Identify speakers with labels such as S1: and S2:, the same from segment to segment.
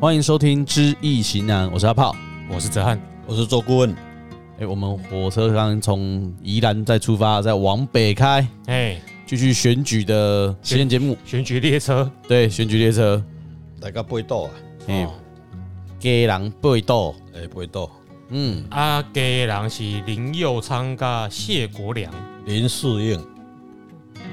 S1: 欢迎收听《知易行难》，我是阿炮。
S2: 我是泽汉，
S3: 我是周顾问，
S1: 哎、我们火车刚从宜兰再出发，再往北开，
S2: 哎，
S1: 继续选举的实验节目。
S2: 选举列车，
S1: 对，选举列车，
S3: 大家背到啊，
S1: 哎、给人背斗，
S3: 哎、背到
S1: 嗯，
S2: 阿啊给人是林佑昌跟谢国良，
S3: 林世应，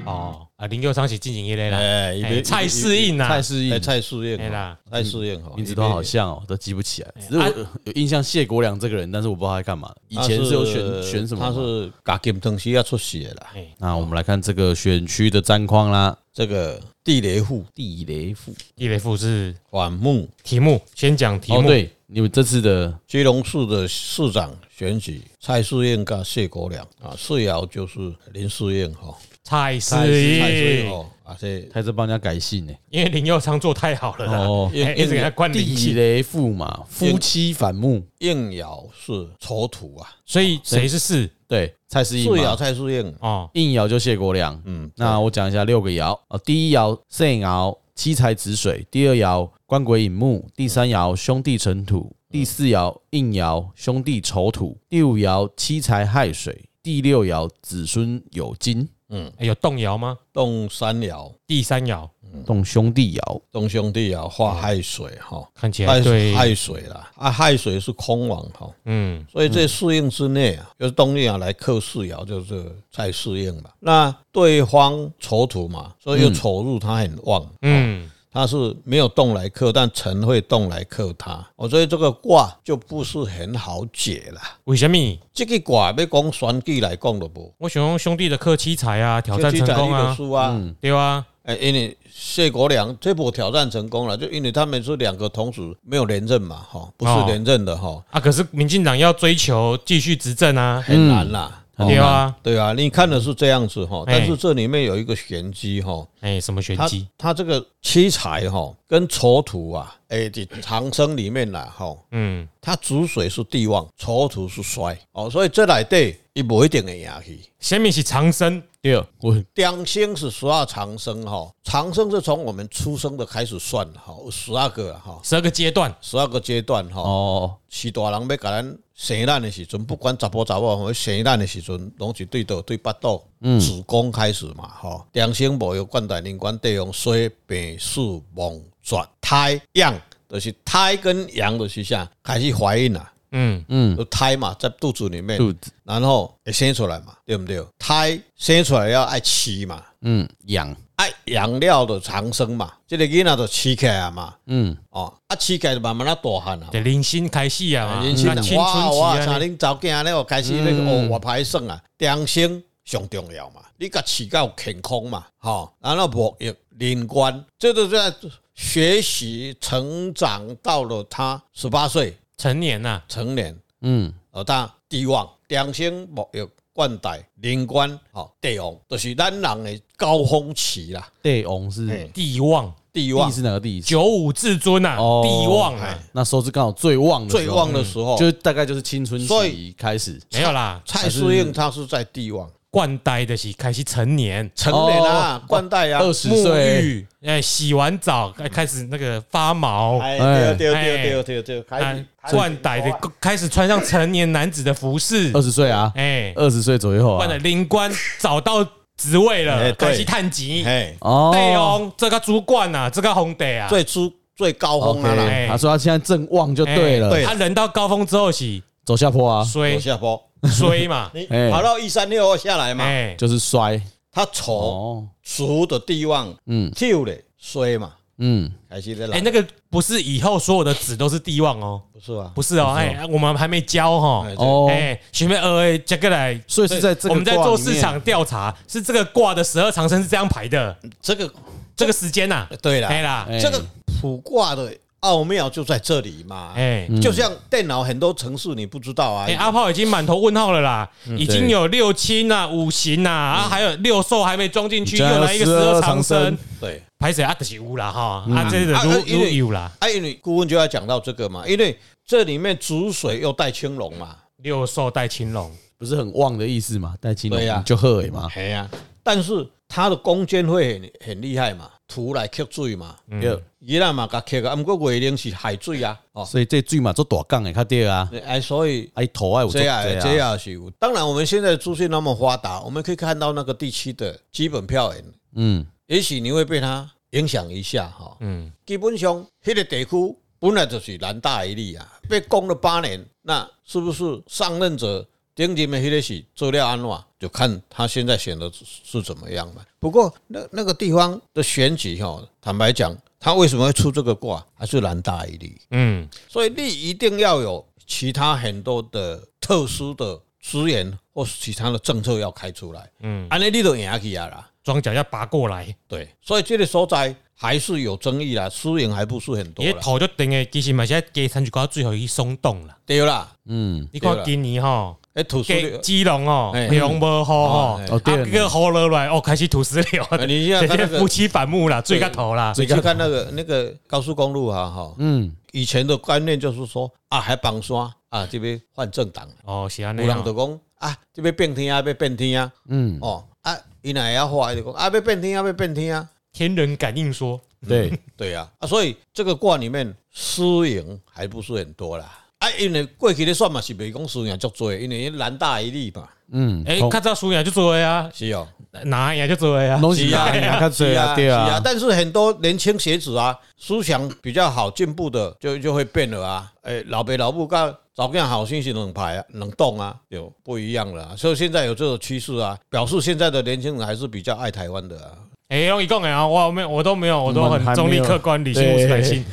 S2: 哦，啊，林佑昌是进行一类啦，
S3: 哎、一
S2: 哎
S3: 边
S2: 蔡适应
S1: 蔡
S2: 呐，
S1: 适
S3: 哎
S1: 应，
S3: 蔡世应
S2: 哎
S3: 哦，
S2: 啦，
S3: 蔡世应哈，
S1: 名字都好像哦，都记不起来。只是我
S2: 啊
S1: 有有印象谢国良这个人，但是我不知道他在干嘛。以
S3: 一边，
S1: 前
S3: 他
S1: 是有选选什么吗？
S3: 他是嘎金腾西要出血啦，
S2: 哎，
S1: 那我们来看这个选区的战况啦。
S3: 这个地雷户
S1: 地雷府
S2: 一类副是
S3: 反目
S2: 题目，先讲题
S1: 哦，
S2: 目，
S1: 对，你们这次的
S3: 基隆市的市长选举，蔡世应跟谢国良啊，世瑶就是林世应哈，
S2: 蔡
S3: 蔡蔡
S2: 适
S3: 世应
S2: 应，
S3: 哦，啊这
S1: 他在帮人家改姓呢。
S2: 因为林佑昌做太好了啦，
S1: 哦，
S2: 哎一直给他灌灵
S1: 地
S2: 气，
S1: 雷父嘛，夫妻反目，
S3: 应瑶是丑土啊，
S2: 所以谁是四
S1: 对，蔡诗
S3: 世
S1: 应
S3: 瑶
S1: 嘛，
S3: 蔡世应，
S2: 哦，
S1: 应爻就谢国良。
S3: 嗯，
S1: 那我讲一下六个爻哦，第一爻肾爻七财止水，第二爻官鬼引木，第三爻兄弟成土，第四爻应爻兄弟丑土，第五爻七财亥水，第六爻子孙有金，
S2: 哎有动摇吗？
S3: 动三爻。
S2: 第三爻
S1: 动兄弟爻。
S3: 东兄弟啊，化亥水哈，
S2: 看起来
S3: 亥
S2: 对，
S3: 亥水啦，啊亥水是空亡哈，
S2: 嗯，
S3: 所以这适应之内啊，就是东印啊来克四爻，就是在适应嘛。那对方丑土嘛，所以又丑入他很旺，
S2: 嗯，
S3: 他是没有动来克，但辰会动来克他，哦，所以这个卦就不是很好解啦。
S2: 为什么？
S3: 这个卦要讲选举来讲都无，
S2: 我喜欢兄弟的克七财啊，挑战成功啊，
S3: 输啊。
S2: 对啊，
S3: 哎，因为谢国良这波挑战成功了，就因为他们是两个同时没有连任嘛，哈，不是
S2: 哦
S3: 连任的哈，
S2: 啊，可是民进党要追求继续执政啊，
S3: 很难啦。哦
S2: 对啊，
S3: 对啊，你看的是这样子哈，
S2: 哎
S3: 但是这里面有一个玄机哈，
S2: 哎，什么玄
S3: 它
S2: 机？
S3: 它这个七财哈跟丑土啊，哎，这长生里面啦哈，
S2: 嗯，
S3: 它主水是地旺，丑土是衰哦，所以这内底伊无一定会赢去。
S2: 下面是长生，
S1: 第二，我
S3: 两星是十二长生哈，长生是从我们出生的开始算哈，十二个啊哈，
S2: 十二个阶段，
S3: 十二个阶段哈。
S1: 哦，
S3: 是大人要甲咱生咱的时阵，不管查甫查某，吼生咱的时阵，拢是对倒对腹肚、子宫开始嘛，吼。良性无有冠带灵管地用衰病死亡绝胎样，就是胎跟阳就是啥，开始怀孕啦，
S2: 嗯，
S1: 嗯，
S3: 就胎嘛在肚子里面，
S1: 肚子，
S3: 然后会生出来嘛，对不对？胎生出来要爱饲嘛，
S1: 嗯，养，
S3: 爱养料的长生嘛，这个囡仔就饲起来啊嘛，
S1: 嗯，
S3: 哦，啊饲起来就慢慢啊大汉啊。
S2: 得零星开始啊嘛，
S3: 人生
S2: 啊
S3: 啊
S2: 青
S3: 哇哇，
S2: 春期
S3: 像
S2: 啊，
S3: 恁查某囝咧，开始咧哦，活歹耍啊，良心上重要嘛，你甲饲到健康嘛，吼、然后沐浴灵官，这都在学习成长到了他十八岁
S2: 成年啊呐，
S3: 成年，
S1: 嗯，
S3: 而他帝王良心沐浴冠带灵官，吼、帝王就是咱人的高峰期啦，
S1: 帝王是
S3: 嘿
S2: 帝旺，
S3: 帝
S1: 帝
S3: 王
S1: 是哪个帝？
S2: 九五至尊啊，
S1: 哦
S2: 帝旺啊，
S3: 哎
S1: 那时候是刚好最旺的时候嗯
S3: 最旺的时候，
S1: 就大概就是青春
S3: 哦所
S1: 期
S3: 以
S1: 开始。
S2: 没有啦，
S3: 蔡适应他是在帝王
S2: 冠带的是开始成年，
S3: 成年啊，冠带啊，
S1: 20
S2: 沐
S1: 岁
S2: 浴，哎，洗完澡哎开始那个发毛，
S3: 哎，对对
S2: 哎
S3: 对对对对，开
S2: 啊
S3: 始开，始
S2: 冠带的开始穿上成年男子的服饰
S3: 呃
S1: 二，十岁啊，
S2: 哎，
S1: 二十岁左右
S2: 冠
S1: 啊
S2: 的。灵官找到职位
S3: 哎
S2: 了，
S3: 对
S2: 开始探级。
S3: 嘿，
S1: 哦
S2: 对，哦，这个主管啊，这个红得啊，
S3: 最初最高峰啊的啦，
S2: 哎
S1: 他说他现在正旺就
S2: 哎
S1: 对了，
S3: 对
S2: 他人到高峰之后是
S1: 走下坡啊，
S2: 衰
S3: 走下坡，
S2: 衰 嘛，
S3: 你
S1: 哎
S3: 跑到一三六二下来嘛，
S2: 哎，
S1: 就是衰。
S3: 它丑
S1: 哦，
S3: 熟的地方，
S1: 嗯
S3: 嗯，旧的衰嘛，
S1: 嗯，
S3: 开始在
S2: 哎，
S3: 那
S2: 那个不是以后所有的子都是帝旺哦，
S3: 不是吧？
S2: 不是哦，哎，我们还没教哈
S3: 哎，
S1: 哦，
S2: 哎，学妹二 A 接过来，
S1: 所以是在这个
S2: 我们在
S1: 卦
S2: 做
S1: 里面
S2: 市场调查，是这个卦的十二长生是这样排的，
S3: 哎
S1: 嗯
S3: 这个
S2: 这个时间呐，
S3: 对
S2: 哎
S3: 啦，
S2: 啦，
S1: 哎
S3: 这个卜卦的奥妙就在这里嘛，
S2: 哎。
S1: 嗯
S3: 就像电脑很多程式你不知道啊
S2: 哎、，阿炮已经满头问号了啦，
S1: 嗯
S2: 已经有六亲呐、五行呐、啊，还有六兽还没装进去，
S1: 你
S2: 又
S1: 居然
S2: 来一个
S1: 嗯有
S2: 十
S1: 12
S2: 二
S1: 长
S2: 长生
S1: 生，
S3: 对。
S2: 排谁啊？就是有啦哈，
S1: 嗯
S2: 啊，这个
S3: 啊
S2: 如
S3: 啊因
S2: 如
S3: 为
S2: 有啦，
S3: 哎，因为顾问就要讲到这个嘛，因为这里面主水又带青龙嘛，
S2: 六兽带青龙，
S1: 不是很旺的意思嘛，带青龙
S3: 对呀
S1: 就贺尾嘛。
S3: 啊哎呀，但是他的攻坚会很很厉害嘛，土来吸水嘛，
S1: 对，
S3: 伊那嘛甲吸啊，毋过月亮是海水啊，哦，
S1: 所以这水嘛做大港的较对啊，
S3: 哎，所以
S1: 哎头爱有做
S3: 这样
S1: 这
S3: 这
S1: 啊，
S3: 样是有。当然，我们现在资讯那么发达，我们可以看到那个地区的基本票源，
S1: 嗯，
S3: 也许你会被它影响一下哈。
S2: 嗯，
S3: 基本上，那个地区本来就是南大一例啊，被攻了八年，那是不是上任者顶任的迄个是做了安怎，就看他现在选的是怎么样了。不过，那那个地方的选举哈，坦白讲，他为什么会出这个卦，还是南大一例。
S2: 嗯，
S3: 所以你一定要有其他很多的特殊的资源或是其他的政策要开出来，
S2: 嗯
S3: 嗯，安尼你就赢去啊啦。
S2: 装甲要拔过来，
S3: 对，所以这个所在还是有争议啦，私营还不是很多
S2: 伊
S3: 啦。
S2: 头就定的，其实嘛是要加三一寡水，互伊松动啦。
S3: 对啦，
S1: 嗯，
S2: 你看
S3: 对啦
S2: 今年吼，
S3: 哎，土司
S2: 给基隆哦，
S3: 哎
S2: 基隆无雨吼，
S3: 哎
S2: 啊
S1: 哦对
S2: 这个河落来哦，开始土石流，
S3: 哎你现在
S2: 直
S3: 看
S2: 接
S3: 那个
S2: 夫妻反目啦，最个头啦，
S3: 你去看那个那个高速公路啊，哈，
S1: 嗯，
S3: 以前的观念就是说啊，还绑山啊，这边换政党，
S2: 哦是安尼
S3: 有人
S2: 哦，
S3: 就讲啊，这边变天啊，要变天啊，
S1: 嗯，
S3: 哦啊，伊那也要画，他就讲啊，要变天啊，要变天啊。
S2: 天人感应说，
S1: 对，
S3: 对呀、啊，所以这个卦里面输赢还不是很多啦。啊，因为过去的算嘛是袂讲输赢足多的，因为南大一例嘛，
S1: 嗯，
S2: 哎，
S1: 同
S2: 较早输赢就做的啊，
S3: 是哦，
S2: 哪赢就做的啊，
S1: 拢是啊，较
S3: 是
S1: 侪啊，对
S3: 是啊
S1: 啊。，
S3: 但是很多年轻学子啊，思想比较好、进步的，就就会变了啊。哎、老爸老母甲早间好心是两排啊，两动啊，有不一样了啊、所以现在有这种趋势啊，表示现在的年轻人还是比较爱台湾 的啊。
S2: 哎，用一共啊，我没有，我都没有，我
S1: 嗯
S2: 都
S1: 我们还没
S2: 很
S1: 有
S2: 中立、客观、理性、务
S1: 对
S2: 实、感性。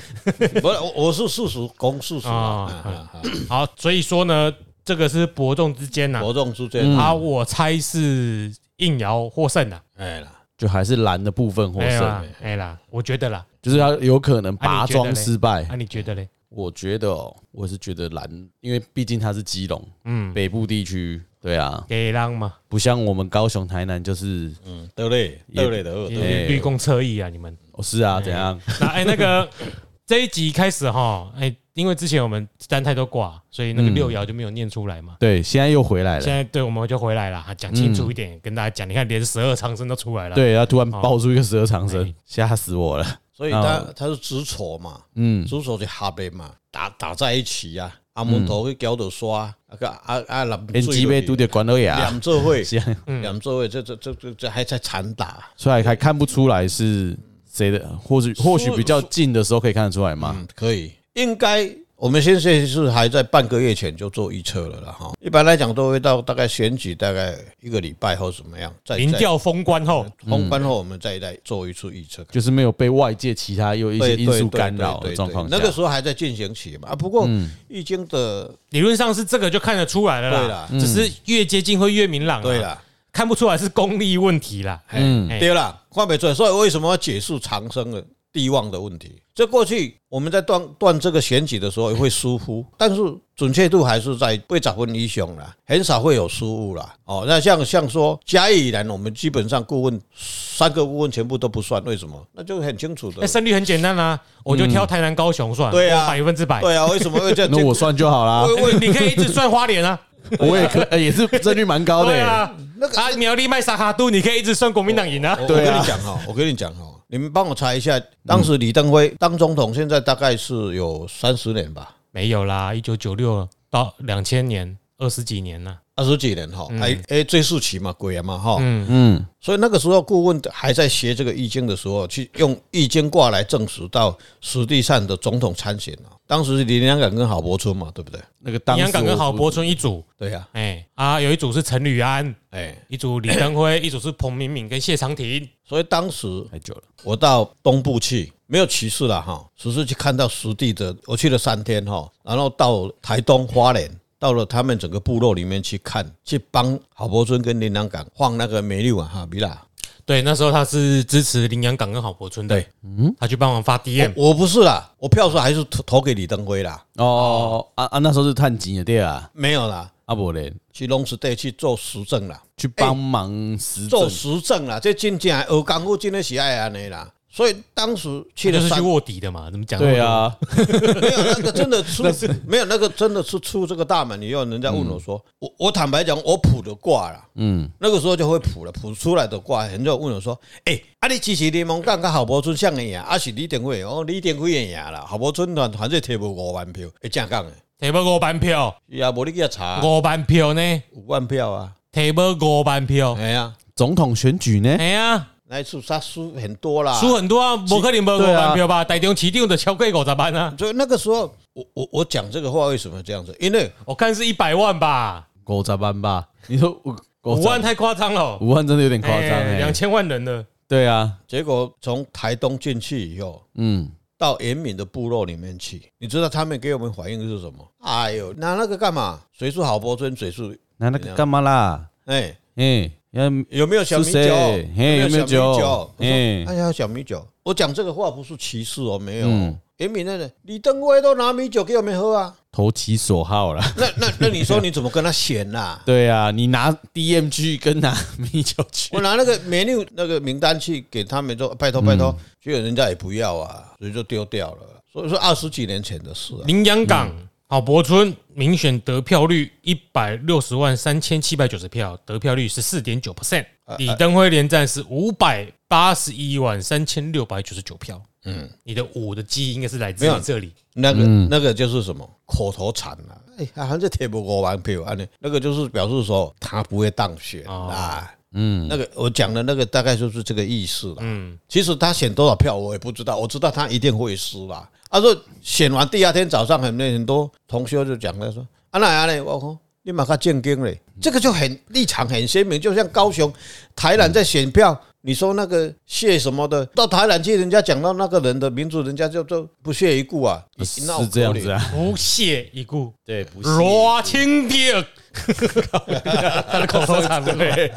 S3: 不，我我是事实，公事实啊
S2: 啊
S3: 啊。啊啊
S2: 好，所以说呢，这个是伯仲之间呐
S3: 伯，仲之间，
S2: 啊，我猜是应爻获胜呐，
S3: 哎啦，
S1: 就还是蓝的部分获
S2: 哎啦
S1: 胜，，
S2: 哎啦，我觉得啦，
S1: 就是他有可能拔
S2: 啊你觉得嘞
S1: 庄失败。
S2: 啊，你觉得嘞？
S1: 我觉得哦，我是觉得蓝，因为毕竟它是基隆
S2: 嗯，
S1: 北部地区，对啊，
S2: 给浪嘛，
S1: 不像我们高雄、台南，就是
S3: 嗯，对嘞，对嘞，对
S2: 你
S3: 嘞。
S1: 哎
S2: 绿共侧翼啊，你们。
S1: 哦是啊，怎样？
S2: 那哎，那个 这一集开始哈，哎，因为之前我们单太多卦，所以那个
S1: 嗯
S2: 六爻就没有念出来嘛。
S1: 对，现在又回来
S2: 现
S1: 了，
S2: 在对我们就回来了，啊讲清楚一点，跟大家讲，
S3: 嗯
S2: 你看连十二长生都出来了。，
S1: 对，他突然
S3: 哦
S1: 爆出一个十二长生
S2: 哎，
S1: 吓死我 了。
S3: 所以他他是直戳嘛，
S1: 啊嗯，
S3: 直戳就合的嘛，打打在一起啊，啊门头去搅着刷，啊个啊啊两
S1: 连几杯都得管到牙，
S3: 两做会，
S1: 这样，
S3: 两做会，这这这这这还在残打，
S1: 所以还看不出来是谁的，或许或许比较近的时候可以看得出来嘛。
S3: 嗯，可以，应该。我们现在是还在半个月前就做预测了了哈，一般来讲都会到大概选举大概一个礼拜或怎么样，再
S2: 临调封关后，
S3: 再
S1: 嗯
S3: 封关后我们再来做一次预测。
S1: 就是没有被外界其他又一些
S3: 对
S1: 因
S3: 对
S1: 素
S3: 对
S1: 干
S3: 对
S1: 扰
S3: 对
S1: 的
S3: 对
S1: 状况下，嗯
S3: 那个时候还在进行期嘛啊，不过易经的
S2: 理论上是这个就看得出来了啦，
S3: 对啦嗯
S2: 只是越接近会越明朗，啊
S3: 对，了。
S2: 看不出来是功力问题啦，
S1: 嗯
S2: 哎
S3: 对啦，看不出来。所以为什么要解释长生的地旺的问题？这过去我们在断断这个选举的时候也会疏忽，
S1: 哎
S3: 但是准确度还是在被找分英雄啦，很少会有失误啦。哦，那像像说嘉义以南，我们基本上顾问三个顾问全部都不算，为什么？那就很清楚
S1: 哎
S2: 那
S3: 的。
S2: 哎胜率很简单啦、我就挑台南、高雄算，
S3: 对啊
S2: 我百分之百。
S3: 对啊，为什么会这 样？
S1: 那我算就好啦
S2: 我，我你可以一直算花莲啊，
S1: 我也可呃也是胜率蛮高的
S2: 对
S1: 欸。
S2: 啊，那个啊苗栗卖沙哈都，你可以一直算国民党赢啊
S3: 哦我，我
S1: 对
S3: 跟
S1: 啊
S3: 你讲哈，我跟你讲哈，你们帮我查一下，当时李登辉当总统，现在大概是有三十年吧，
S2: 没有啦，一九九六到两千年二十几年了，
S3: 二十几年哈，哎哎，追溯期嘛，鬼啊嘛哈，
S1: 嗯，
S3: 所以那个时候，顾问还在学这个易经的时候，去用易经卦来证实到实地上的总统参选啊。当时是林良感跟郝柏村嘛，对不对？
S1: 那个当时
S2: 林洋港跟
S1: 我
S2: 郝
S1: 不
S2: 柏村一组，
S3: 对呀、
S2: 哎啊，有一组是陈履安，
S3: 哎、
S2: 一组李登辉，一组是彭明敏跟谢长廷，
S3: 所以当时
S1: 太久了，
S3: 我到东部去，没有歧视了哈，只是去看到实地的。我去了三天哈，然后到台东花莲，到了他们整个部落里面去看，去帮郝柏村跟林良感放那个梅六啊哈比拉。
S2: 对，那时候他是支持林洋港跟郝柏村的
S3: 对，
S2: 嗯，他去帮忙发 DM，
S3: 我不是啦，我票数还是投投给李登辉啦，
S1: 哦啊啊，那时候是探金的对啊，
S3: 没有啦，
S1: 阿伯嘞
S3: 去龙石队去做实证啦。
S2: 哎
S1: 去帮忙实
S3: 做
S1: 证，
S3: 实证啦，这真正学功夫真的是爱安尼啦。所以当时去
S2: 就
S3: 了
S2: 是去
S3: 三，
S2: 卧底的嘛，怎么讲？
S1: 对，啊，
S3: 没有那个真的出，没有那个真的是出这个大门以后，人家问我说，我我坦白讲，我卜的卦啦，
S1: 嗯，
S3: 那个时候就会卜了，卜出来的卦，人家问我说，哎、啊你支持联盟干跟郝柏村像的赢，啊是李登辉，哦李登辉赢啦，郝柏村团反正贴无五万票，会正讲的，
S2: 提不五班票，
S3: 伊也无你去遐查
S2: 五班票呢？
S3: 五万票啊，
S2: 提不五班票，
S3: 哎呀，
S1: 总统选举呢，
S2: 哎呀，
S3: 那一次他输很多啦，
S2: 输很多啊，不可能无五班票吧？台中市长的超过五十万啊，
S3: 所以那个时候，我我我讲这个话为什么这样子？因为
S2: 我看是一百万吧，
S1: 狗杂班吧？你说五
S2: 五万，太夸张了，
S1: 五万真的有点夸张哎
S2: 两。千万人了，
S1: 对啊，
S3: 结果从台东进去以后，
S1: 嗯，
S3: 到延敏的部落里面去，你知道他们给我们反应是什么？哎呦，拿那个干嘛？水树好波尊，水树，
S1: 那那
S2: 啊
S1: 个干嘛啦？
S3: 哎，
S1: 哎，要
S3: 有没有小
S1: 是
S3: 米酒？
S1: 谁？嘿，有没有
S3: 小米
S1: 酒
S3: 酒？我说
S1: 哎
S3: 哎，呀，小米酒！我讲这个话不是歧视哦，没有
S1: 嗯。
S3: 延敏那人，李登辉都拿米酒给我们喝啊，
S1: 投其所好啦。
S3: 那那那你说你怎么跟他选呐？
S1: 对啊，你拿 DMG 跟拿 米酒去
S3: 我，拿那个 menu 那个名单去给他们说，拜托拜托，结果人家也不要啊，所以就丢掉了。所以说二十几年前的事啊，
S2: 林洋港。郝柏村民选得票率一百六十万三千七百九十票，得票率十四点九 percent。李登辉连战是五百八十一万三千六百九十九票。嗯，你的五的记忆应该是来自
S3: 没
S2: 于
S3: 有
S2: 这里。
S3: 那个那个就是什么口头禅啊，哎，好像这贴不过完票啊，那那个就是表示说他不会当选啊。嗯，那个我讲的那个大概就是这个意思了。嗯，其实他选多少票我也不知道，我知道他一定会输啦。他说选完第二天早上，很多很多同学就讲了说：“啊那样嘞，我说你马上正经嘞，
S1: 嗯
S3: 这个就很立场很鲜明，就像高雄、台南
S1: 嗯
S3: 在选票。”你说那个谢什么的，到台南去，人家讲到那个人的名字，人家就就不屑一顾啊，那我
S1: 是这样子啊？
S2: 不屑一顾，
S1: 对，不
S3: 啊
S2: 罗清点，他的口头禅对，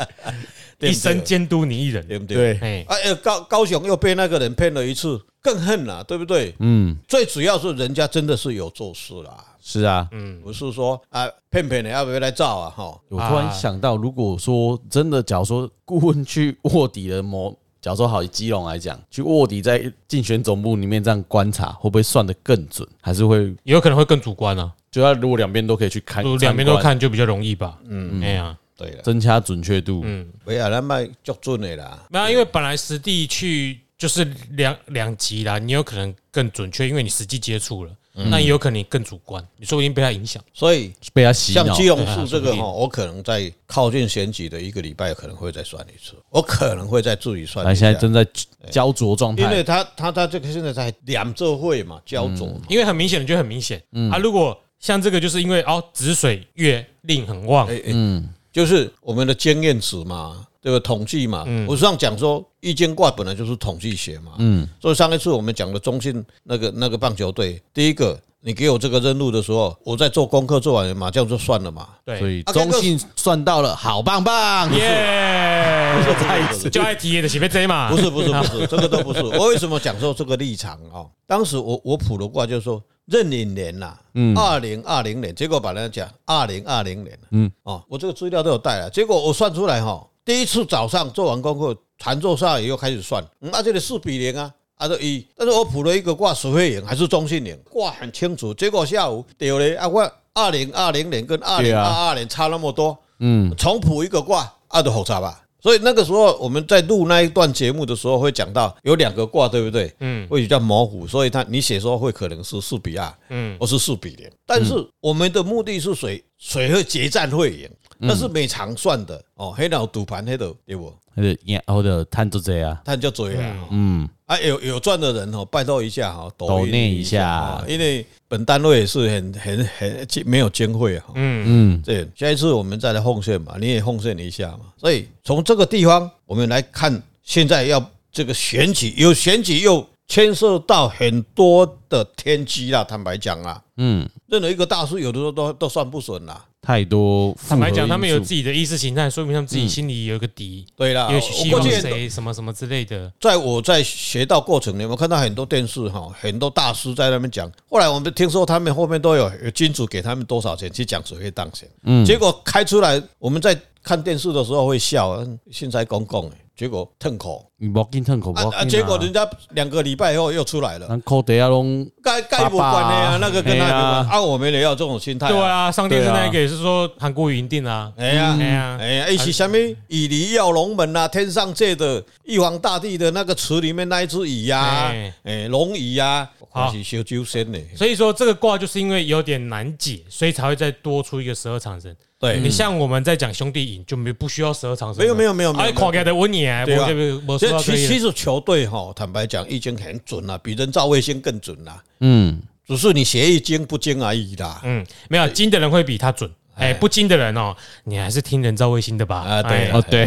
S2: 一生监督你一人，
S3: 对不对？
S1: 对，
S2: 哎，
S3: 哎、呃高高雄又被那个人骗了一次，更恨了、对不对？
S1: 嗯，
S3: 最主要是人家真的是有做事啦，
S1: 是啊。
S3: 不是说啊骗骗你要不要来造啊哈。
S1: 我突然想
S2: 啊
S1: 到，如果说真的，假如说顾问去卧底的某，假如说好以基隆来讲，去卧底在竞选总部里面这样观察，会不会算得更准？还是会
S2: 有可能会更主观啊，
S1: 就要如果两边都可以去看
S2: 如，果两边都
S1: 参观，
S2: 看就比较容易吧，嗯，哎呀，
S3: 对了，
S1: 增加准确度。
S2: 嗯，
S3: 不要那啊卖足准的啦，
S2: 没有，因为本来实地去就是两两极啦，你有可能更准确，因为你实际接触了，那也有可能你更主观，你说不定被他影响，
S3: 所以
S1: 被他洗
S3: 像
S1: 脑。
S3: 基隆市这 个
S2: 对啊说不定
S3: 哈，我可能在靠近选举的一个礼拜，可能会再算一次，我可能会再自己算
S1: 他
S3: 一
S1: 现
S3: 下
S1: 在。正在焦灼状
S3: 因为
S1: 态，
S3: 他他他这个现在在两这会嘛，焦灼嘛，
S2: 因为很明显的就很明显，啊，如果像这个就是因为哦，止水月令很旺，
S3: 哎哎，就是我们的经验值嘛，对吧？统计嘛，我上讲说易经卦本来就是统计学嘛，嗯，所以上一次我们讲的中信那个那个棒球队，第一个你给我这个任务的时候，我在做功课做完了嘛，这样就算了嘛，
S2: 对，
S1: 所以
S3: 啊刚
S1: 中
S3: 刚
S1: 信算到了，好棒棒！
S2: 耶！
S3: 再一次
S2: 就爱提的是被这嘛
S3: 不？是不是不是，这个都不是。我为什么讲说这个立场啊、哦？当时我我卜的卦就是说壬寅年啦、嗯，二零二零年，结果把人家讲二零二零年，嗯，哦，我这个资料都有带了，结果我算出来哈、第一次早上做完功课，禅坐下来以后开始算，嗯，啊，这里四比零啊。啊，这一，但是我卜了一个卦，水会赢还是中性赢，卦很清楚。结果下午对嘞，啊，我二零二零年跟二
S1: 对
S3: 零
S1: 啊
S3: 二二年差那么多，
S1: 嗯，
S3: 重谱一个卦，啊，就复杂吧。所以那个时候我们在录那一段节目的时候，会讲到有两个卦，对不对？
S2: 嗯
S3: 会比较模糊，所以他你写说会可能是四比二，啊
S2: 嗯，
S3: 或是四比零。但是我们的目的是谁谁会决战会赢，
S1: 嗯
S3: 那是每场算的哦。黑脑赌盘黑的对不？
S1: 或者眼或者探着这啊，
S3: 他就追了哦
S1: 嗯，
S3: 啊，有有赚的人哦，拜托一下哈，
S1: 抖内一下
S3: 哦因为本单位也是很很很没有哦经费哈。
S2: 嗯，
S3: 对，下一次我们再来奉献嘛，你也奉献一下嘛。所以从这个地方，我们来看现在要这个选举，有选举又牵涉到很多的天机啦。坦白讲啦，
S1: 嗯，
S3: 任何一个大师有的时候都都算不准啦。
S1: 太多。
S2: 坦白讲，他们有自己的意识形态，说明他们
S1: 嗯
S2: 自己心里有一个底，
S3: 对啦，
S2: 也许
S3: 啊我
S2: 希
S3: 过
S2: 望
S3: 去很多
S2: 谁什么什么之类的。
S3: 在我在学到过程里，我看到很多电视哈，很多大师在那边讲。后来我们听说他们后面都有有金主给他们多少钱去讲谁会当选，嗯，结果开出来，我们在看电视的时候会笑，嗯，现在公公哎，结果腾口
S1: 你无紧痛苦，无
S3: 啊啊！
S1: 紧
S3: 结果人家两个礼拜以后又出来了，
S1: 嗯咱靠底下啊拢
S3: 该该不管的
S1: 爸爸
S3: 啊，那个跟那
S1: 哎
S3: 个
S1: 呀
S3: 啊，我们也要这种心态。
S2: 对，啊，上电视
S1: 对啊
S2: 那一个也是说韩国瑜赢定啊，
S3: 哎呀，
S2: 哎呀
S3: 哎呀，一起什么以离耀龙门啊，天上界的玉皇大帝的那个池里面那一只蚁呀
S2: 哎，
S3: 哎，龙蚁呀，
S2: 好嗯
S3: 我是小酒仙呢。
S2: 所以说这个卦就是因为有点难解，所以才会再多出一个十二长生。
S3: 对
S2: 你像我们在讲兄弟赢，就没不需要十二长生了。
S3: 嗯没有没有没有没有
S2: 哎，跨界的问你啊，
S3: 对吧
S2: 我
S3: 这
S2: 这
S3: 其其
S2: 实
S3: 实球队哈，坦白讲已经很准啊了，比人造卫星更准了，
S1: 嗯
S3: 只是你协议精不精而已啦。
S2: 嗯，没
S3: 哎
S2: 有精的人会比他准，哎，不精的人哦，你还是听人造卫星的吧？
S3: 啊对
S2: 哎
S1: 哦对，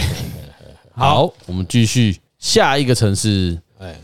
S2: 好
S1: 好，我们继续下一个城市，
S2: 嗯
S3: 哎，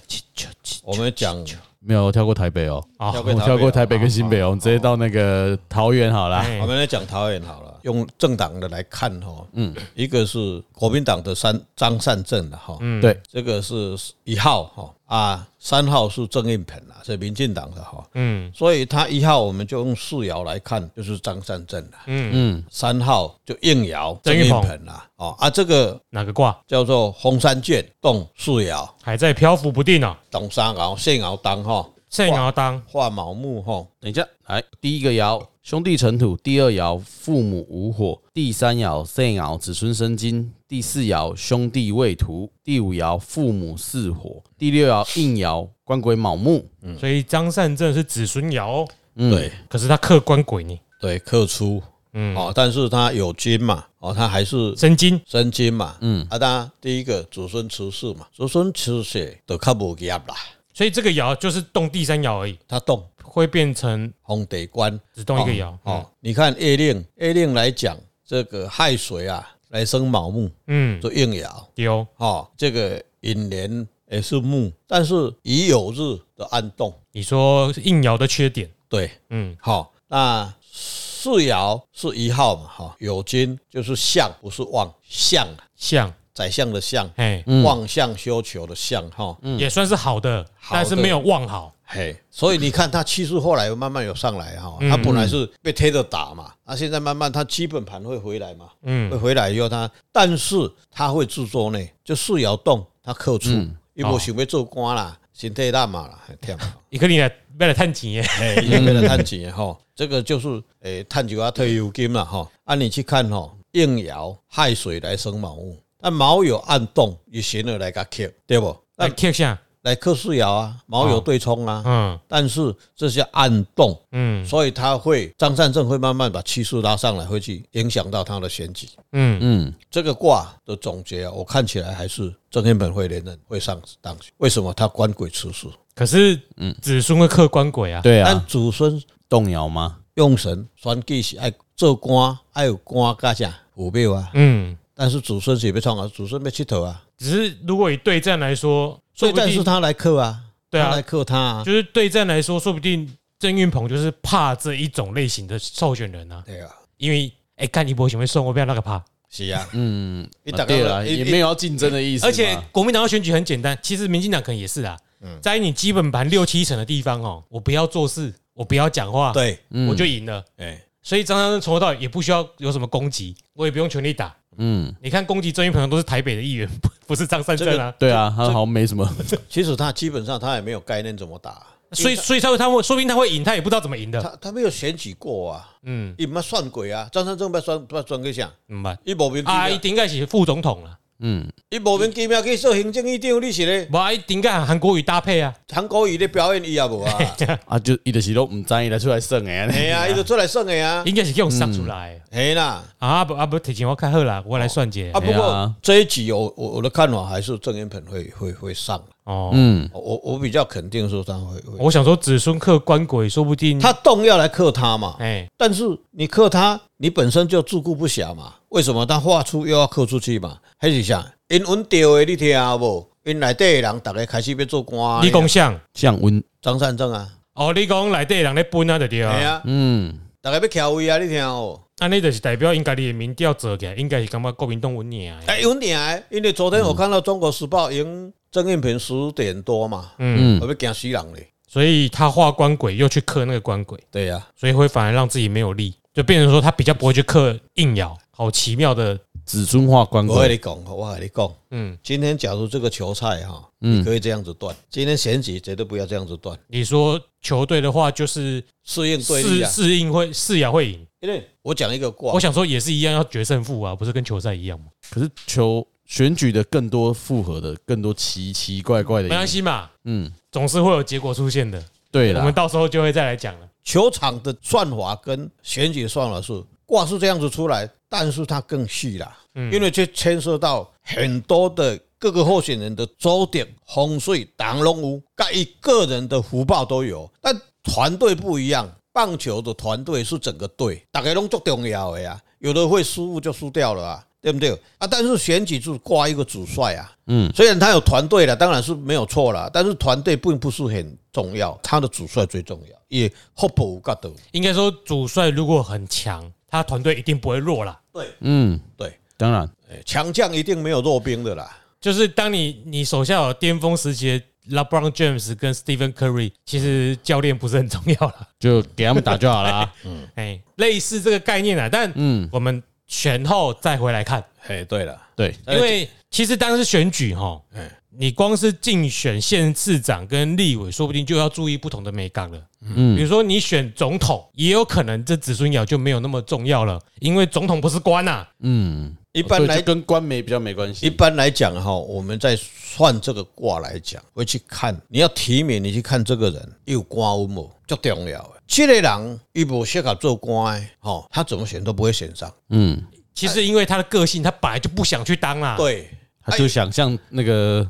S3: 我们讲
S1: 没有跳过台北哦，
S2: 好
S1: 我们跳过台北跟新北哦，我们直接到那个桃园好啦。
S2: 哎
S3: 我们来讲桃园好了，用政党的来看哈，嗯，一个是国民党的三张善政的哈，嗯，
S1: 对，
S3: 这个是一号哈啊，三号是郑运鹏啊，是民进党的哈，
S2: 嗯
S3: 所以他一号我们就用四爻来看，就是张善政啦，
S2: 嗯，
S1: 嗯，
S3: 三号就应爻
S2: 郑
S3: 郑
S2: 运
S3: 运
S2: 鹏
S3: 鹏啦，哦啊，这个
S2: 哪个卦
S3: 叫做红山卷动四爻，
S2: 还在漂浮不定哦呢？
S3: 动三爻，现爻当哈，
S2: 现爻当
S3: 化卯木哈，
S1: 等一下，来第一个爻兄弟成土，第二爻父母无火，第三爻肾爻子孙生金，第四爻兄弟未土，第五爻父母巳火，第六爻应爻官鬼卯木。
S3: 嗯
S2: 所以张善政是子孙爻哦，
S3: 对
S2: 可是他克官鬼呢，
S3: 对，克出，嗯，哦，但是他有金嘛，哦，他还是
S2: 生金
S3: 生金嘛，嗯，啊，当然第一个子孙出世嘛，子孙出世就较无业啦，
S2: 所以这个爻就是动第三爻而已，
S3: 他动
S2: 会变成
S3: 红地官
S2: 只动一个嗯爻。
S3: 哦，你看月令月令来讲，这个亥水啊来生卯木，
S2: 嗯，
S3: 做应爻
S2: 有
S3: 哦，这个引年也是木，但是乙酉日的暗动，
S2: 你说应爻的缺点，
S3: 对，
S2: 嗯，
S3: 好、那四爻是一号嘛，哈、酉金就是相，不是旺相，
S2: 像，
S3: 宰相的相，
S2: 哎，
S3: 望相修求的相，哦哈、
S2: 也算是好的，
S3: 嗯好的
S2: 但是没有旺好。
S3: 嘿，嗯所以你看它趋势后来慢慢有上来哈，它本来是被推着打嘛，那现在慢慢它基本盘会回来嘛，
S2: 嗯
S3: 会回来以后它，但是它会制作呢，就四爻动它扣除，因为想要做官啦，身体烂嘛啦，很忝，
S2: 伊可能来为了趁钱耶，
S3: 嘿，因为为了赚钱哈，这个就是诶，探究啊退休金啦哈，啊你去看哈，应爻亥水来生卯木，那卯有暗动，也行了来个克，对不？
S2: 来
S3: 那
S2: kick 下，
S3: 来克四爻啊，卯有对冲啊，
S2: 嗯
S3: 但是这些暗动。
S2: 嗯
S3: 所以他会张善政会慢慢把气势拉上来，会去影响到他的选举。
S2: 嗯，
S1: 嗯，
S3: 这个卦的总结啊，我看起来还是郑天本会连任，会上当选。为什么他官鬼出世？
S2: 可是
S3: 嗯
S2: 子孙会克官鬼啊，
S1: 对
S3: 但
S1: 啊，
S3: 祖孙
S1: 动摇吗？
S3: 用神选举是爱做官，爱有官干啥有庙啊。
S2: 嗯，
S3: 但是祖孙是要创啊，祖孙要佚佗啊，
S2: 只是如果以对战来说，
S3: 所
S2: 说
S3: 以
S2: 不
S3: 但是
S2: 定
S3: 他来克啊，
S2: 对啊
S3: 他来克他啊，
S2: 就是对战来说，说不定郑运鹏就是怕这一种类型的候选人啊，
S3: 对啊，
S2: 因为哎，干一波行为送我不要那个怕，
S3: 是啊，
S1: 嗯，
S3: 你
S1: 啊
S3: 大概
S1: 对了，
S3: 一
S1: 也没有要竞争的意思嘛，
S2: 而且国民党的选举很简单，其实民进党可能也是啊，在你基本盘六七成的地方哦，我不要做事，我不要讲话，
S3: 对，
S1: 嗯
S2: 我就赢了。
S3: 哎，
S2: 所以张三生从头到尾也不需要有什么攻击，我也不用全力打。
S1: 嗯，
S2: 你看攻击郑云鹏都是台北的议员，不不是张三正啊。
S1: 对啊，他好像没什么，
S3: 其实他基本上他也没有概念怎么打，
S2: 所以所以他会他会说不定他会赢，他也不知道怎么赢的。
S3: 他他没有选举过啊。
S2: 嗯，
S3: 伊毋捌选过啊，张三正捌选捌选过啥？
S2: 明白。
S3: 伊莫名其
S2: 啊，伊
S3: 妙，
S2: 顶盖是副总统啦，
S1: 嗯，
S3: 伊莫名其妙去做行政院长，你是咧
S2: 无啊，伊顶盖韩国语搭配啊。
S3: 韩国瑜咧表演伊也无啊？
S1: 啊，就伊就是都唔知伊来出来胜 诶，
S3: 嘿啊，伊就出来耍的啊，
S2: 应该是用上出来的
S3: 嘿啦。
S2: 啊不啊不，提前我看好了，我来算解
S3: 嗯啊，不
S1: 嘿
S3: 过
S1: 啊
S3: 这一集我我我的看法还是郑元鹏会会会上，啊
S2: 哦。
S1: 嗯，
S3: 我我比较肯定说他会会，
S2: 我想说子孙克官鬼，说不定
S3: 他动要来克他嘛，
S2: 哎
S3: 但是你克他，你本身就自顾不暇嘛，为什么他画出又要克出去嘛？还是啥？因稳调的你听有无？因内底的人大家开始要做官，
S2: 立功像
S1: 降温，
S3: 张善政啊，
S2: 哦，立功内底的人咧分啊，就对
S3: 哎
S2: 啊。
S3: 啊，
S1: 嗯，
S3: 大家要徛位啊，你听哦。
S2: 安尼就是代表应该你的民调做起来，应该是感觉国民党稳赢的。
S3: 哎，有点哎，因为昨天我看到《中国时报》赢郑运平十点多嘛，
S2: 嗯，
S1: 嗯
S3: 我要惊死人嘞。
S2: 所以他画官鬼又去克那个官鬼，
S3: 对啊呀、
S2: 所以会反而让自己没有力，就变成说他比较不会去克硬爻，好奇妙的
S1: 子孙化官
S3: 我跟
S1: 鬼，
S3: 你讲，我跟你讲，
S2: 嗯，
S3: 今天假如这个球赛哈，
S1: 嗯
S3: 你可以这样子断，今天选举绝对不要这样子断，
S2: 你说球队的话就是
S3: 适应对立
S2: 四
S3: 啊。
S2: 四应会四亚会赢，
S3: 因为我讲一个卦
S2: 我，想说也是一样要决胜负啊，不是跟球赛一样吗？
S1: 可是球选举的更多复合的，更多奇奇怪怪的
S2: 没
S1: 因，
S2: 关系嘛，
S1: 嗯，
S2: 总是会有结果出现的，
S1: 对
S2: 我们
S1: 啦，
S2: 到时候就会再来讲了。
S3: 球场的算法跟选举算法是卦是这样子出来，但是它更细啦，因为这牵涉到很多的各个候选人的周点、风水、挡龙屋，各一个人的福报都有，但团队不一样。棒球的团队是整个队，大家拢足重要的呀、有的会失误就输掉了啊，对不对？啊，但是选举就是挂一个主帅啊，虽然他有团队了，当然是没有错了，但是团队并不是很重要，他的主帅最重要，也互补各得。
S2: 应该说主帅如果很强，他团队一定不会弱啦。
S1: 嗯，
S3: 对，
S1: 当然，
S3: 哎强将一定没有弱兵的啦。
S2: 就是当你你手下有巅峰时期的 LeBron James 跟 Stephen Curry，其实教练不是很重要啦。
S1: 就给他们打就好啦。
S2: 哎，类似这个概念啊，但
S1: 嗯，
S2: 我们选后再回来看，
S3: 哎，对了，
S1: 对，
S2: 因为其实当时选举哈，
S3: 呃哎
S2: 你光是竞选县市长跟立委，说不定就要注意不同的美感了。比
S1: 嗯，
S2: 如说你选总统，也有可能这子孙爻就没有那么重要了，因为总统不是官呐、
S1: 嗯，
S3: 一般
S1: 所以就
S3: 来
S1: 跟官媒比较没关
S3: 一
S1: 系，
S3: 般来讲哈，我们在算这个卦来讲，会去看你要提名，你去看这个人有官有无，足重要的。这个人伊无适合做官的，吼，他怎么选都不会选上。
S1: 嗯，
S2: 其实因为他的个性，他本来就不想去当啊啦。，
S3: 对，
S1: 他就想像那个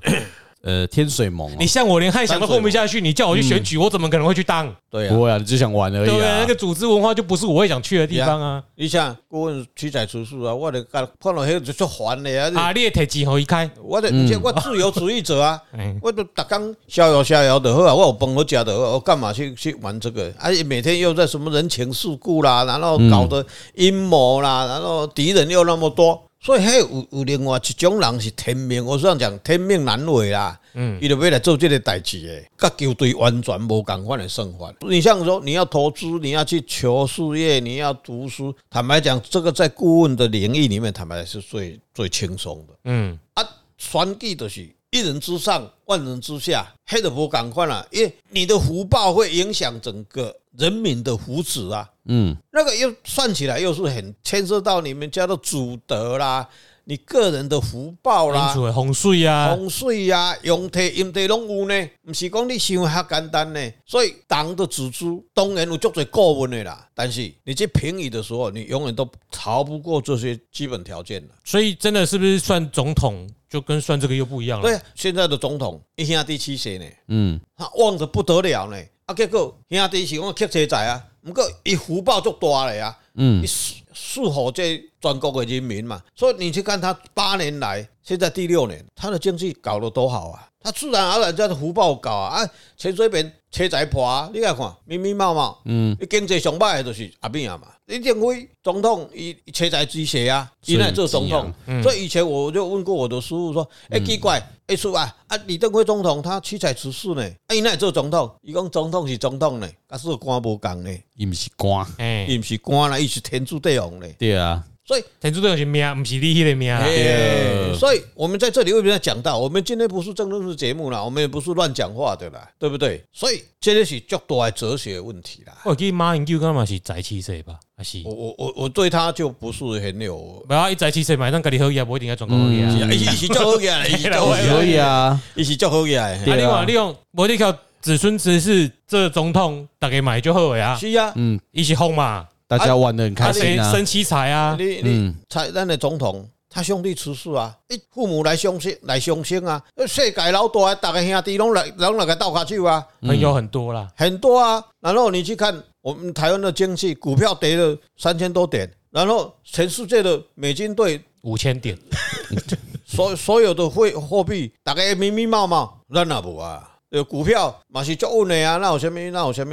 S1: 呃天水盟哦，
S2: 你像我连汉想都混不下去，你叫我去选举，我怎么可能会去当？
S3: 对啊
S1: 不。会啊，你就想玩而
S2: 对不
S1: 已
S2: 对？那
S1: 啊
S2: 个。组织文化就不是我会想去的地方啊。
S3: 你像顾问七彩出事啊，我得看看到迄就足烦的啊。
S2: 啊，你的铁机头一开，
S3: 我的，而且我自由主义者啊，
S2: 嗯
S3: 我都逐工逍遥逍遥的好啊，我有饭好吃的好啊，我干嘛去去玩这个？而、且每天又在什么人情世故啦，然后搞得阴谋啦，然后敌人又那么多，所以还有有另外一种人是天命，我是这样讲，天命难违啦。嗯，伊就要来做这个代志的，甲球队完全无共款的算法。你像说你要投资，你要去求事业，你要读书，坦白讲，这个在顾问的领域里面，坦白讲是最最轻松的。
S2: 嗯，
S3: 啊，选举就是一人之上，万人之下，黑的不赶快了，因为你的福报会影响整个人民的福祉啊。
S1: 嗯，
S3: 那个又算起来又是很牵涉到你们家的祖德啦，你个人的福报
S2: 民
S3: 啦。
S2: 主的洪水啊，
S3: 风水啊、用体、用体拢有呢，毋是讲你想遐简单呢。所以党的组织当然有足侪顾问的啦，但是你去评语的时候，你永远都逃不过这些基本条件啦。
S2: 所以真的是不是算总统就跟算这个又不一样了？
S3: 对，啊现在的总统一兄弟七谁呢？
S1: 嗯，
S3: 他啊旺得不得了呢。啊，结果兄弟是讲客车仔啊，毋过伊福报足大嘞啊，
S1: 嗯
S3: 伊适适合这全国的人民嘛。所以你去看他八年来，现在第六年，他的经济搞得多好啊，他自然而然他的福报搞啊。啊，陈水扁车仔破啊，你来看，密密麻麻，
S1: 嗯，
S3: 伊经济上歹的就是阿扁啊嘛。李登辉总统伊伊车仔之谁啊？伊来做总统。所以以前我就问过我的师傅说：“哎、奇怪，哎、叔啊，啊，李登辉总统他七彩十四呢，啊，伊那做总统，伊讲总统是总统呢，甲做官无共呢，
S1: 伊毋是官，
S2: 哎，
S3: 伊毋是官啦，伊是天主帝王呢。
S1: 对啊，
S3: 所以，
S2: 陈主任是命，不是你迄个命啊。
S3: 哎所以我们在这里为什么讲到，我们今天不是政论式节目啦，我们也不是乱讲话的啦，对不对？所以这个是较大的哲学问题啦。
S2: 我记得马英九干嘛是宅七岁吧？还是
S3: 我我我我对他就不是很有，
S2: 不要一宅七岁嘛，咱家己好业，无一定要转国好业啊
S1: 嗯。
S3: 伊是较好起来，伊是较好起
S1: 可以
S3: 来，
S1: 啊，
S3: 伊是较好哎起来。
S2: 啊，
S1: 对啊
S2: 另外利用无你靠子孙子是这总统大家买就好的啊，
S3: 是啊，
S1: 嗯，
S2: 一起哄嘛，
S1: 大家玩的很
S2: 啊
S1: 开
S2: 谁
S1: 心啊，
S2: 生七财啊，
S3: 你你
S1: 嗯，
S3: 才咱的总统，他兄弟出事啊，一父母来相亲来相亲啊，世界老大，大家兄弟拢来拢来个斗下手啊，
S2: 朋友很多啦。
S3: 很多啊。然后你去看我们台湾的经济，股票跌了三千多点，然后全世界的美金对
S2: 五千点，
S3: 所 所有的汇货币，大家密密麻麻，咱也无啊。呃，股票嘛是足稳的啊，那有啥物？那有啥物？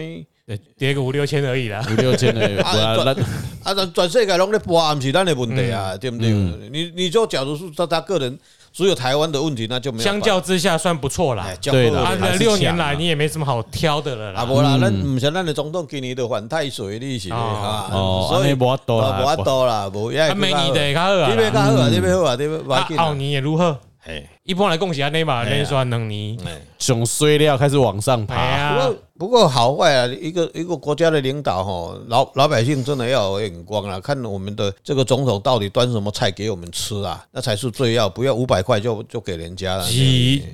S2: 对跌个五六千而已啦。
S1: 五六千 的，
S3: 啊
S1: 我来，嗯
S3: 啊，全全世界拢咧播，毋是咱的问题啊，对不对？你你就假如是他他个人只有台湾的问题，那就没有办
S2: 相
S3: 法。
S2: 较之下算不错啦
S3: 哎，。较
S1: 对
S3: 好
S1: 啦
S2: 啊，
S3: 的
S1: 还
S2: 那
S1: 是
S2: 六年来
S1: 强啊
S2: 你也没什么好挑的了啦。
S3: 啊，无啦，咱毋是咱的总统今年都反太水利是
S2: 哦
S3: 啊，
S1: 哦
S3: 所以
S1: 安尼无法度啦
S3: 啊无法度啦，无也
S2: 啊，没你的也较好啊
S3: 你要较
S2: 啦。
S3: 好啊，你要好啊，你要
S2: 啊
S3: 要，紧
S2: 奥
S3: 啊，
S2: 尼也如何？
S3: 嘿，
S2: 一般来讲是安尼嘛，
S3: 哎呀
S2: 连续两年。
S3: 嘿
S1: 从碎料开始往上
S2: 哎
S1: 爬，
S3: 不
S2: 呀
S3: 过，不过好坏啊，一个一个国家的领导吼，老老百姓真的要有眼光啊，看我们的这个总统到底端什么菜给我们吃啊，那才是最要，不要五百块就就给人家了。
S2: 是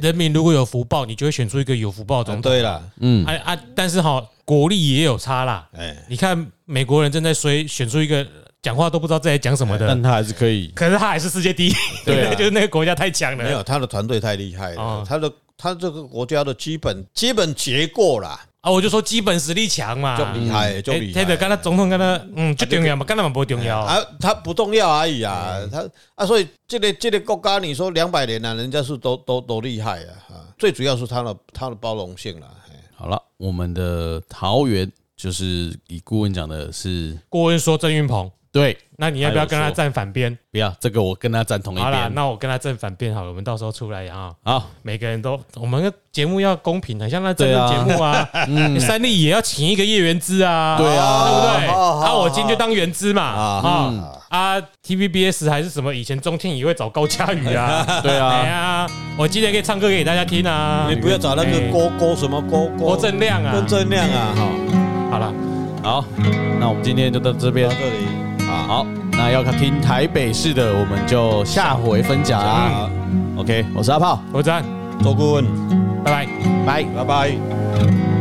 S2: 人民如果有福报，你就会选出一个有福报的
S3: 啊
S2: 总统。
S3: 对啦，
S1: 嗯哎
S2: 啊啊，但是哈，国力也有差啦。
S3: 哎，
S2: 你看美国人正在衰，选出一个讲话都不知道自己在讲什么的，
S1: 但他还是可以
S2: 可是他还是世界第一，
S3: 嗯对 啊
S2: 就是那个国家太强
S3: 没
S2: 了。
S3: 有他的团队太厉害了
S2: 哦，
S3: 他的他这个国家的基本基本结构啦，
S2: 啊，我就说基本实力强嘛
S3: 就。厉害，就厉
S2: 他的
S3: 害。
S2: 跟他总统跟他嗯，就重要嘛，跟他们不重要。
S3: 啊，他不重要而已啊，
S2: 嗯
S3: 他啊，所以这个这个国家，你说两百年了、人家是都都都厉害啊，啊最主要是他的他的包容性啦、嘿
S1: 好了。我们的桃园就是以顾问讲的是
S2: 顾问说郑云鹏，
S1: 对，
S2: 那你要不要跟他站反边？
S1: 不要这个我跟他站同一
S2: 好啦，
S1: 边。
S2: 那我跟他站反边好了，我们到时候出来啊。
S1: 好，
S2: 每个人都，我们的节目要公平的，像那真人节目啊，三立也要请一个叶元之啊，
S1: 对啊
S2: 对不对？
S3: 好好
S2: 啊，
S3: 好
S2: 我今天就当元之嘛，
S1: 嗯
S2: 啊啊，TVBS 还是什么，以前中天也会找高佳宇啊，
S1: 对
S2: 哎
S1: 啊，
S2: 呀，我今天可以唱歌给大家听啊
S3: 你，不要找那个郭郭什么郭
S2: 郭正亮啊
S3: 郭，正亮啊，哈，
S2: 好了，
S1: 好，那我们今天就到这边
S3: 到。这里啊，
S1: 好，那要听台北市的，我们就下回分享啊。OK，我是阿炮，
S2: 我赞，
S3: 周顾问，
S2: 拜拜。
S1: 拜。
S3: 拜拜。